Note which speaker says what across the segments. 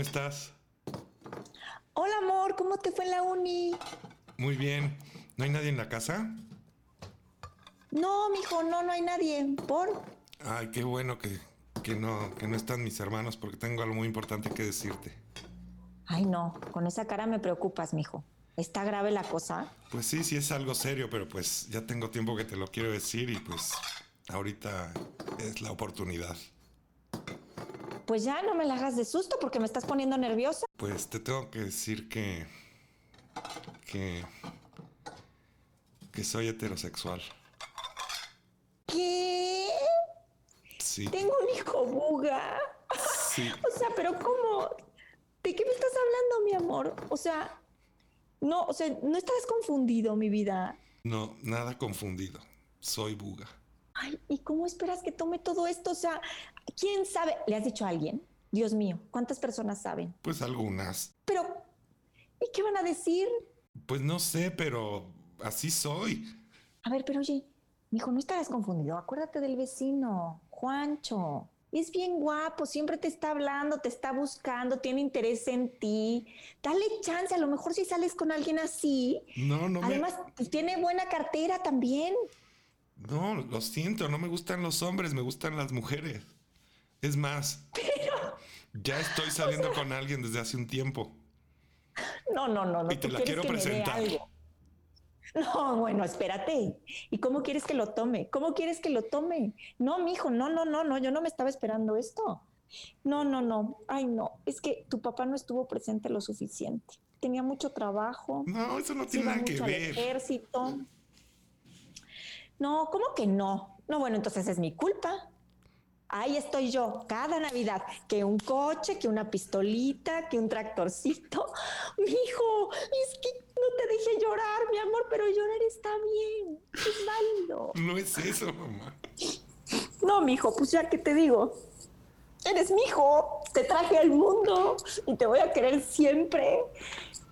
Speaker 1: estás?
Speaker 2: Hola amor, ¿cómo te fue en la uni?
Speaker 1: Muy bien. ¿No hay nadie en la casa?
Speaker 2: No, mijo, no, no hay nadie. ¿Por?
Speaker 1: Ay, qué bueno que, que no, que no están mis hermanos porque tengo algo muy importante que decirte.
Speaker 2: Ay, no, con esa cara me preocupas, mijo. ¿Está grave la cosa?
Speaker 1: Pues sí, sí es algo serio, pero pues ya tengo tiempo que te lo quiero decir y pues ahorita es la oportunidad.
Speaker 2: Pues ya no me la hagas de susto porque me estás poniendo nerviosa.
Speaker 1: Pues te tengo que decir que... que... que soy heterosexual.
Speaker 2: ¿Qué?
Speaker 1: Sí,
Speaker 2: Tengo un hijo buga.
Speaker 1: sí.
Speaker 2: O sea, pero ¿cómo? ¿De qué me estás hablando, mi amor? O sea, no, o sea, no estás confundido, mi vida.
Speaker 1: No, nada confundido. Soy buga.
Speaker 2: Ay, ¿y cómo esperas que tome todo esto? O sea, ¿quién sabe? ¿Le has dicho a alguien? Dios mío, ¿cuántas personas saben?
Speaker 1: Pues algunas.
Speaker 2: Pero, ¿y qué van a decir?
Speaker 1: Pues no sé, pero así soy.
Speaker 2: A ver, pero oye, mijo, no estarás confundido. Acuérdate del vecino, Juancho. Es bien guapo, siempre te está hablando, te está buscando, tiene interés en ti. Dale chance, a lo mejor si sales con alguien así.
Speaker 1: No, no
Speaker 2: Además, pues, tiene buena cartera también.
Speaker 1: me... No, lo siento, no me gustan los hombres, me gustan las mujeres. Es más, ya estoy saliendo con alguien desde hace un tiempo.
Speaker 2: No, no, no, no.
Speaker 1: Y te
Speaker 2: tú
Speaker 1: la quiero
Speaker 2: quieres que me dé
Speaker 1: presentar.
Speaker 2: algo. No, bueno, espérate. ¿Y cómo quieres que lo tome? ¿Cómo quieres que lo tome? No, mijo, no, no, no, no, yo no me estaba esperando esto. No, no, no. Ay, no. Es que tu papá no estuvo presente lo suficiente. Tenía mucho trabajo.
Speaker 1: No, eso no tiene
Speaker 2: iba
Speaker 1: nada que
Speaker 2: mucho al
Speaker 1: ver.
Speaker 2: ejército. No, ¿cómo que no? No, bueno, entonces es mi culpa. Ahí estoy yo, cada Navidad, que un coche, que una pistolita, que un tractorcito. Mijo, es que no te dejé llorar, mi amor, pero llorar está bien, es válido.
Speaker 1: No es eso, mamá.
Speaker 2: No, mijo, pues ya que te digo, eres mi hijo, te traje al mundo y te voy a querer siempre,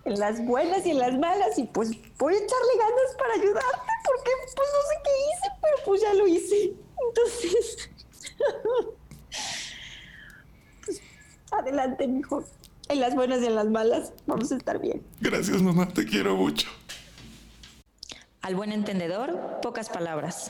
Speaker 2: en las buenas y en las malas, y pues voy a echarle ganas para ayudarte, porque pues no sé qué hice, pero pues ya lo hice. Entonces, pues, adelante, mijo, en las buenas y en las malas, vamos a estar bien.
Speaker 1: Gracias, mamá, te quiero mucho.
Speaker 2: Al buen entendedor, pocas palabras.